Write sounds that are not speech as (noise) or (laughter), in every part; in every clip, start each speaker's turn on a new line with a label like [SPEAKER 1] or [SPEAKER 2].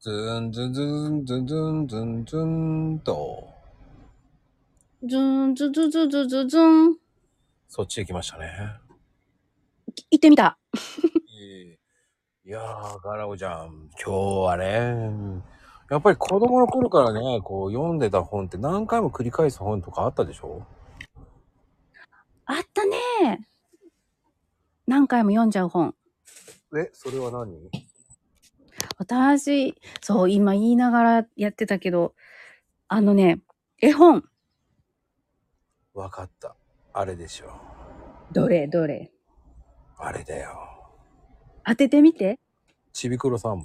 [SPEAKER 1] ズンズンズンズンズンズンズンと、
[SPEAKER 2] ズンズズズズズズン。
[SPEAKER 1] そっち行きましたね。
[SPEAKER 2] 行ってみた。
[SPEAKER 1] いやー、ガラオちゃん、今日はね、やっぱり子供の頃からね、こう読んでた本って何回も繰り返す本とかあったでしょ
[SPEAKER 2] あったね。何回も読んじゃう本。
[SPEAKER 1] え、それは何
[SPEAKER 2] 私、そう、今言いながらやってたけど、あのね、絵本。
[SPEAKER 1] わかった。あれでしょ。
[SPEAKER 2] どれどれ。
[SPEAKER 1] あれだよ。
[SPEAKER 2] 当ててみて。
[SPEAKER 1] ちびくろさんも。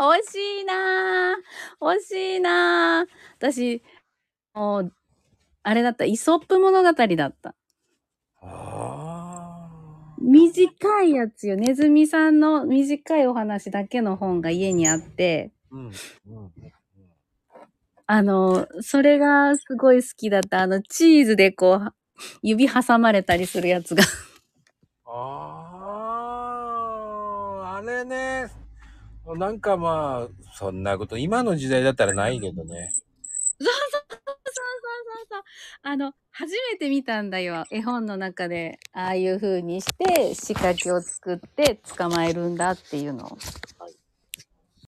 [SPEAKER 2] あ、惜しいなぁ。惜しいなぁ。私、もう、あれだった。イソップ物語だった。
[SPEAKER 1] あ
[SPEAKER 2] 短いやつよ。ネズミさんの短いお話だけの本が家にあって、
[SPEAKER 1] ー。うん、うん。
[SPEAKER 2] あの、それがすごい好きだった。あの、チーズでこう、指挟まれたりするやつ (laughs) が。
[SPEAKER 1] ああ、あれね。なんかまあ、そんなこと、今の時代だったらないけどね。
[SPEAKER 2] あの、初めて見たんだよ。絵本の中で、ああいう風にして仕掛けを作って捕まえるんだっていうのを。